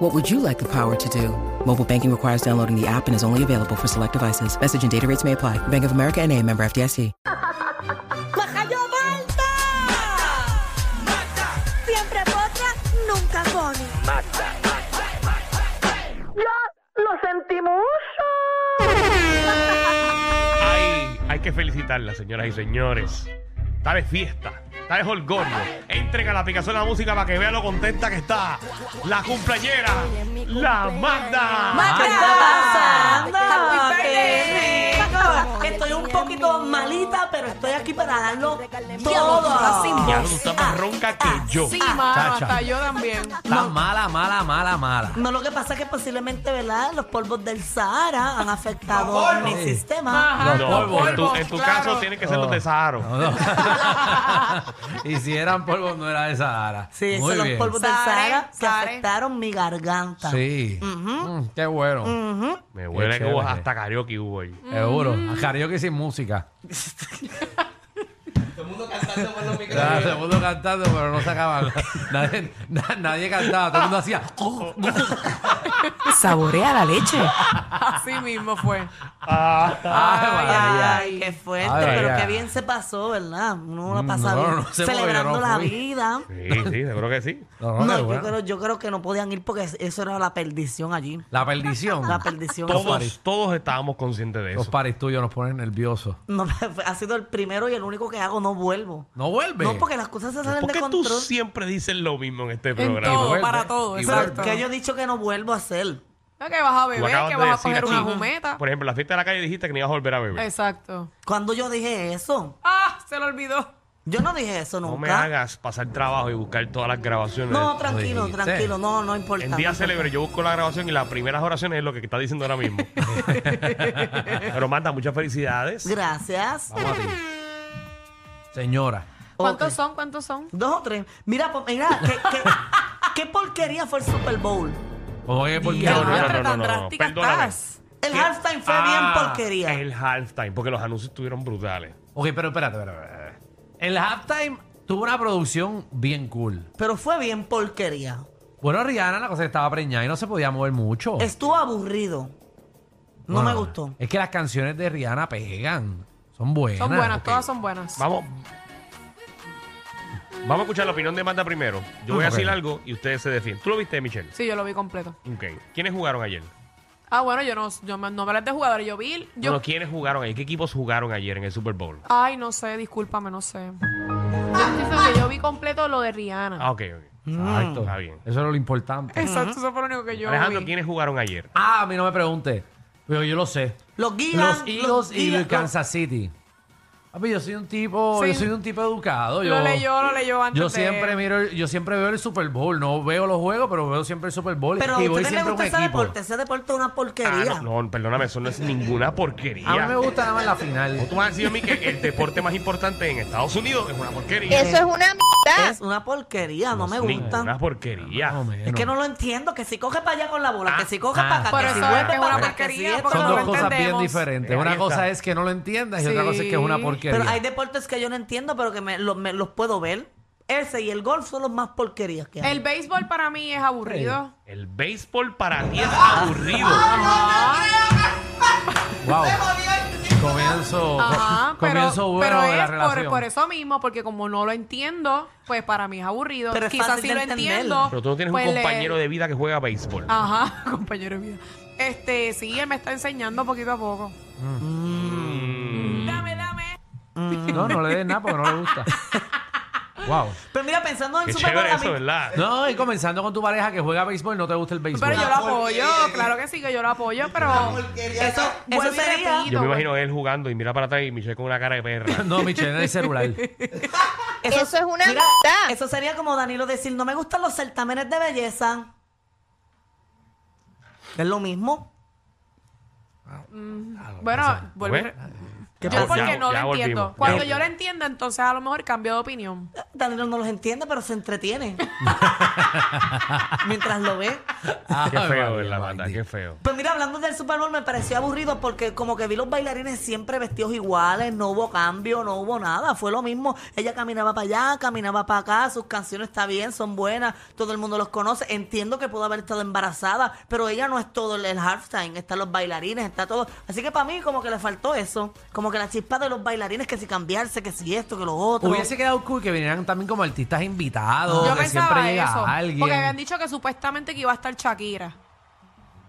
What would you like the power to do? Mobile banking requires downloading the app and is only available for select devices. Message and data rates may apply. Bank of America and a member FDIC. ¡Bajayo Malta! Siempre potra, nunca pone. ¡Ya lo sentimos! Ay, hay que felicitarla, señoras y señores. Está de fiesta, está de jolgorio. Entren a la aplicación de la música para que vean lo contenta que está. La cumpleañera, la Magda. ¿Qué está pasando? ¡Qué rico! Estoy un poquito malita, pero estoy aquí para darlo todo. Ya tú estás más ronca que Ah, yo. Sí, mano, chacha. hasta yo también. Está mala, mala, mala, mala. No, lo que pasa es que posiblemente, ¿verdad? Los polvos del Sahara han afectado mi sistema. Ajá. Los No, polvos, en tu, en tu claro. caso tienen que ser los de Saharo. y si eran polvos, no era de Sahara. Sí, Muy son los bien. polvos del Sare, Sahara que sare. afectaron mi garganta. Sí. Mm, qué bueno. Me huele que hubo chévere. hasta karaoke hubo hoy. Seguro. Karaoke sin música. Todo el mundo cantando por los micrófonos. Todo el mundo cantando, pero no sacaban. Nadie, na- nadie cantaba. Todo el mundo hacía. Saborea la leche. Así mismo fue. Ay, María. Ay, qué fuerte, Ay, pero María. qué bien se pasó, ¿verdad? Uno la pasa No, bien no se movió, celebrando no la fui. vida. Sí, sí, seguro que sí. No, no, No, qué yo, bueno. creo, yo creo que no podían ir porque eso era la perdición allí. La perdición. La perdición. Todos, todos estábamos conscientes de Los eso. pares tuyos nos ponen nerviosos. No, fue- ha sido el primero y el único que hago, no vuelvo. No vuelve. Pues No, porque las cosas se salen ¿Por de qué tú control. siempre dices lo mismo en este En programa? todo, vuelve, para todo. y Exacto. Pero que yo he dicho que no vuelvo a hacer. No, que vas a Tú beber, acabas que de vas a decir coger una aquí, jumeta. Por ejemplo, en la fiesta de la calle dijiste que no ibas a volver a beber. Exacto. Cuando yo dije eso, ¡Ah! Se lo olvidó. yo no dije eso nunca. No me hagas pasar trabajo y buscar todas las grabaciones. No, tranquilo, dijiste. tranquilo, no, no importa. En no día importa. célebre yo busco la grabación y las primeras oraciones es lo que está diciendo ahora mismo. Pero manda muchas felicidades. Gracias. Vamos a ti. Señora. ¿Cuántos Ok. son? ¿Cuántos son? Dos o tres. Mira, po- mira, qué, qué- qué porquería fue el Super Bowl. ¿Cómo que por qué? No, no, no, Diantre, no, tan no, no, drástica perdóname. estás. El ¿Qué? halftime fue Ah, bien porquería. El halftime, porque los anuncios estuvieron brutales. Ok, pero espérate, espérate, espérate. El halftime tuvo una producción bien cool. Pero fue bien porquería. Bueno, Rihanna, la cosa que estaba preñada y no se podía mover mucho. Estuvo aburrido. No Bueno, me gustó. Es que las canciones de Rihanna pegan. Son buenas. Son buenas, Ok. todas son buenas. Vamos. Vamos a escuchar la opinión de Manda primero. Yo voy a Ok. decir algo y ustedes se defienden. ¿Tú lo viste, Michelle? Sí, yo lo vi completo. Ok. ¿Quiénes jugaron ayer? Ah, bueno, yo no, yo me- no me hablé de jugadores. Yo vi. Yo, Bueno, ¿quiénes jugaron ayer? ¿Qué equipos jugaron ayer en el Super Bowl? Ay, no sé, discúlpame, no sé. Yo pienso que yo vi completo lo de Rihanna. Ah, ok, ok. Mm. Exacto. Está bien. Eso era lo importante. Exacto, eso fue lo único que yo Alejandro, vi. ¿quiénes jugaron ayer? Ah, a mí no me pregunte. Pero yo lo sé. Los Gigas. Los Eagles y Gigas, el Kansas City. Papi, yo soy un tipo, Sí. yo soy un tipo educado. Lo yo, leyó, lo leyó antes Yo de- siempre miro, el- yo siempre veo el Super Bowl. No veo los juegos, pero veo siempre el Super Bowl. Pero a y voy ustedes les siempre a un gusta ese equipo. deporte. Ese deporte es una porquería. Ah, no, no, perdóname, eso no es ninguna porquería. A mí me gusta nada más la final. Tú me has dicho a mí que el deporte más importante en Estados Unidos es una porquería. Eso es una mierda. Es una porquería, no me gusta. Una porquería. Más o Es menos. que no lo entiendo, que si coge para allá con la bola, Ah, que si coge ah. para acá, Por que si eso vuelve es que es una para acá, que si porquería, esto, porque que Son lo dos no otro. cosas bien entendemos. diferentes. Ahí Una está. cosa es que no lo entiendas y otra Sí. cosa es que es una porquería. Pero hay deportes que yo no entiendo, pero que me, lo- me- los puedo ver. Ese y el golf son los más porquerías que hay. El béisbol para mí es aburrido. El béisbol para ti es Ah. aburrido. Wow. Comienzo, Ajá, pero, comienzo bueno pero de la es por, relación. por eso mismo, porque como no lo entiendo, pues para mí es aburrido. Pero es Quizás fácil si de lo entender. entiendo. Pero tú no tienes pues un le- compañero de vida que juega béisbol. Ah, Ajá, compañero de vida. Este, sí, él me está enseñando poquito a poco. Mm. Dame, dame. No, no le des nada porque no le gusta. wow. Pero mira, pensando en Qué Super Bowl, chévere a mí- eso, ¿verdad? No, y comenzando con tu pareja que juega béisbol, no te gusta el béisbol. Pero yo lo apoyo, claro que sí que yo lo apoyo, pero eso, Eso vuelvo y sería- repito, Yo me pues, imagino él jugando y mira para atrás y Michelle con una cara de perra. No, Michelle, en el celular. Eso, es una mira, mierda. eso sería como Danilo decir, no me gustan los certámenes de belleza. Es lo mismo. Bueno, vuelvo y ¿Ves? re- ¿Qué Yo pasa? porque Pues, Ya- no ya lo volvimos, entiendo. ya Cuando yo volvimos. lo entiendo, entonces a lo mejor cambio de opinión. Danilo no los entiende, pero se entretiene. Mientras lo ve. Ay, Qué feo, María, la Magdi. banda, qué feo. Pues mira, hablando del Super Bowl me pareció aburrido porque como que vi los bailarines siempre vestidos iguales, no hubo cambio, no hubo nada, fue lo mismo. Ella caminaba para allá, caminaba para acá, sus canciones está bien, son buenas, todo el mundo los conoce. Entiendo que pudo haber estado embarazada, pero ella no es todo el el halftime, están los bailarines, está todo. Así que para mí como que le faltó eso, como que la chispa de los bailarines, que si cambiarse, que si esto, que lo otro. Hubiese quedado cool que vinieran también como artistas invitados, yo que pensaba siempre llega eso. alguien. Porque habían dicho que supuestamente que iba a estar Shakira.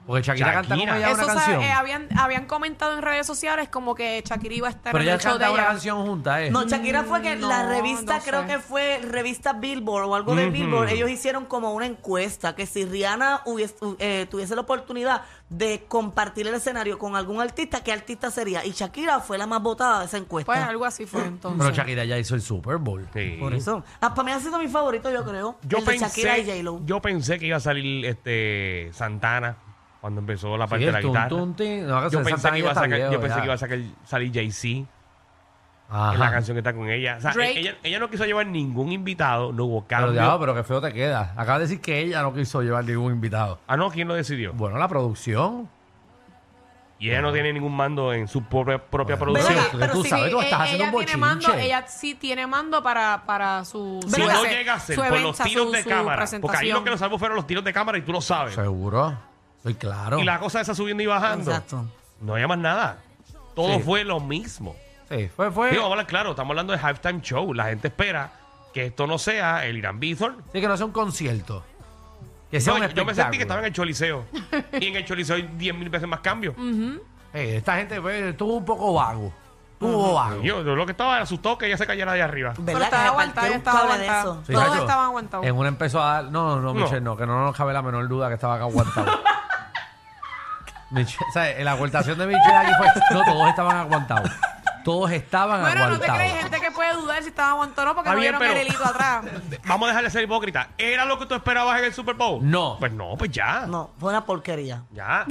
Porque Shakira, canta como Shakira. ella Eso una sabe- canción. eh, habían, habían comentado en redes sociales como que Shakira iba a estar en pero ella el show de canta una ella. canción junta, ¿eh? No, Shakira fue que Mm, la no, revista, no creo sé. que fue revista Billboard o algo de Billboard, ellos hicieron como una encuesta que si Rihanna hubiese- hu- eh, tuviese la oportunidad de compartir el escenario con algún artista, ¿qué artista sería? Y Shakira fue la más votada de esa encuesta. Pues algo así fue entonces. pero Shakira ya hizo el Super Bowl. Sí. Por eso. Ah, para mí ha sido mi favorito, yo creo. Yo el de Shakira y pensé, J-Lo. yo pensé que iba a salir este Santana cuando empezó la parte Sí, de la el tun, guitarra. tun, tin. No, yo Santana pensé que ya iba a está sacar, yo viejo, pensé ya. que iba a sacar, salir Jay-Z Ajá. en la canción que está con ella. O sea, e- Drake. ella, ella no quiso llevar ningún invitado, no hubo Pero, cambio. diablo, pero qué feo te queda. Acabas de decir que ella no quiso llevar ningún invitado. ah, no, ¿quién lo decidió? Bueno, la producción. Y ella no tiene ningún mando en su propia, propia Bueno, producción. Ven acá, tú- pero tú si sabes, tú Eh, estás haciendo un ella tiene bochinche. mando, ella sí tiene mando para, para su, Si su- no ese- llega a ser su por los evento, tiros su- de su cámara, porque ahí lo presentación. que nos salvó fueron los tiros de cámara y tú lo sabes. Seguro. Estoy claro. Y la cosa esa subiendo y bajando. Exacto. No había más nada. Todo Sí. fue lo mismo. Sí, fue, fue. Digo, vamos a hablar claro, estamos hablando de halftime show. La gente espera que esto no sea el Irán Bithorn. Sí, que no sea un concierto. Que sea No, un yo me sentí que estaba en espectáculo. el Choliseo. y en el Choliseo hay 10 mil veces más cambios. Mm. Eh, esta gente fue, estuvo un poco vago. Estuvo vago. Yo, yo lo que estaba asustado que ella se cayera de arriba. ¿Verdad? Pero Que estaba se aguantada, partió ella un estaba cable de aguantada. eso. Sí, Todos chacho. estaban aguantados. En una empezó a dar. No, no, Michelle, no. que no nos cabe la menor duda que estaba acá aguantado. Michelle, ¿sabes? En La aguantación de Michelle aquí fue. No, todos estaban aguantados. Todos estaban Bueno, no te aguantados. crees, gente que puede dudar si estaba aguantado o no porque Está no bien, vieron pero- el hilito atrás. Vamos a dejar de ser hipócritas. ¿Era lo que tú esperabas en el Super Bowl? No. Pues no, pues ya. No, fue una porquería. Ya.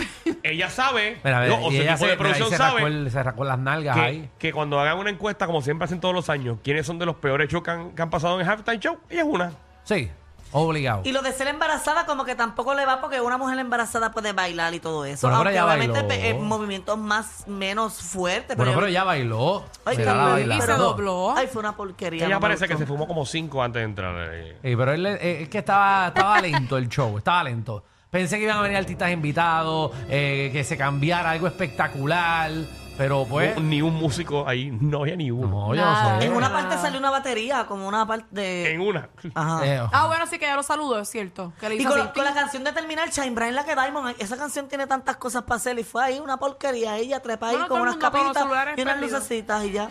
Ella sabe. Mira, a ver, no, o y su ella equipo de se, mira, ahí producción se, sabe. Racó el- se racó las nalgas que, ahí. que cuando hagan una encuesta, como siempre hacen todos los años, quiénes son de los peores shows que han, que han pasado en el Halftime Show, ella es una. Sí, obligado. Y lo de ser embarazada como que tampoco le va porque una mujer embarazada puede bailar y todo eso. Bueno, pero aunque ella obviamente bailó. pe- eh, movimientos más menos fuertes. bueno, yo- pero ya bailó. Ay, Mira, qué la bueno. Y bailaron. se dobló. Ay, fue una porquería. ella no me parece que gustó. se fumó como cinco antes de entrar. eh. Sí, pero él, eh, es que estaba, estaba lento el show, estaba lento. Pensé que iban a venir artistas invitados, eh, que se cambiara algo espectacular, pero pues... No, ni un músico ahí, no había ni uno. No, yo no sé. En una parte salió una batería, como una parte de... En una. Ajá. Eh, Ah, bueno, sí que ya lo saludo, es cierto. Que le y hizo con, así. con la canción de terminar, Shine Bright la que Diamond, esa canción tiene tantas cosas para hacer y fue ahí una porquería. Ella trepa ahí Bueno, con todo unas el mundo con los capitas celulares y unas perdidos. lucecitas y ya.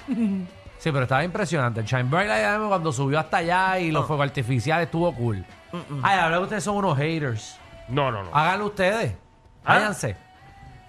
sí, pero estaba impresionante. El Shine Bright Light Diamond cuando subió hasta allá Ah. y los fuegos artificiales estuvo cool. Ay, ahora ustedes son unos haters. No, no, no. Háganlo ustedes. Ah. Háganse.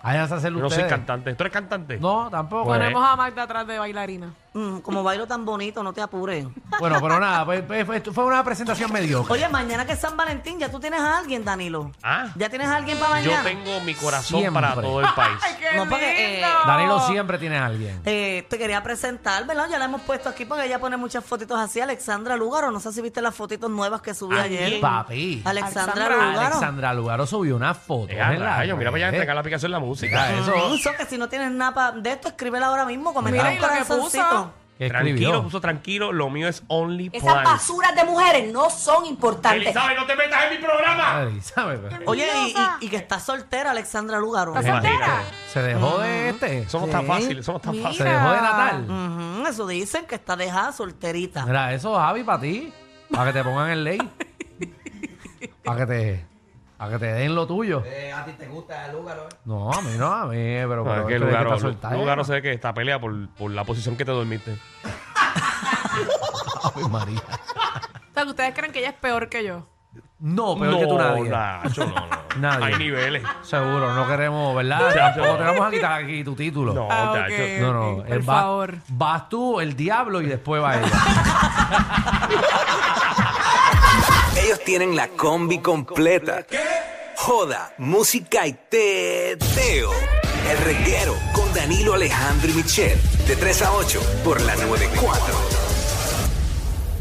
Háganse Yo a hacerlo no soy ustedes. cantante. ¿Tú eres cantante? No, tampoco. Bueno. Ponemos a Magda atrás de bailarina. eh. Mm, como bailo tan bonito, no te apures. Bueno, pero nada, pues, pues, pues, esto fue una presentación mediocre. Oye, mañana que es San Valentín, ya tú tienes a alguien, Danilo. Ah. Ya tienes a alguien para Yo mañana. tengo mi corazón Siempre. para todo el país. ¡Ay, qué No, porque, lindo! eh, Danilo siempre tiene a alguien. Eh, te quería presentar, ¿verdad? Ya la hemos puesto aquí porque ella pone muchas fotitos así. Alexandra Lugaro, no sé si viste las fotitos nuevas que subí ¿A ayer. quién? Papi. Alexandra, Alexandra. Lugaro. Alexandra Lugaro subió una foto. Eh, a en la rayos, mira para allá red. entregar la aplicación de la música. Mira Mm, eso. so que si no tienes nada pa- de esto, escríbela ahora mismo. Comenta Mira, un y lo que corazoncito. puso. ¿Qué Tranquilo, escribió? puso tranquilo. Lo mío es Only Esas Plans. basuras de mujeres no son importantes. Elizabeth, no te metas en mi programa. Ay, ¿sabe? Pero Oye, y, y- y que está soltera Alexandra Lugaro. ¿Está soltera? Se dejó Mm. de este. Somos Sí. tan fáciles, somos tan Mira. Se fáciles. dejó de Natal. Ujú, eso dicen que está dejada solterita. Mira, eso, Javi, para ti. Para que te pongan en ley. Para que te. Para que te den lo tuyo. Eh, a ti te gusta el húgaro, ¿eh? No, a mí no, a mí, pero. No, pero Ah, es que esto de Lugaro, está soltada, Lugaro se ve que está pelea por, por la posición que te dormiste. Ay, María. O sea, que ustedes creen que ella es peor que yo. No, peor que tú nadie. Nacho, no, no. Nadie. Hay niveles. Seguro, no queremos, ¿verdad? Ya, Tampoco te vamos a quitar aquí tu título. No, Ah, ok, Nacho. Oh, No, no, ok, él por va- favor. Vas tú, el diablo, y después va ella. Ellos tienen la combi completa. Joda, música y teo. El reguero con Danilo Alejandro y Michel, de 3 a 8 por la 94.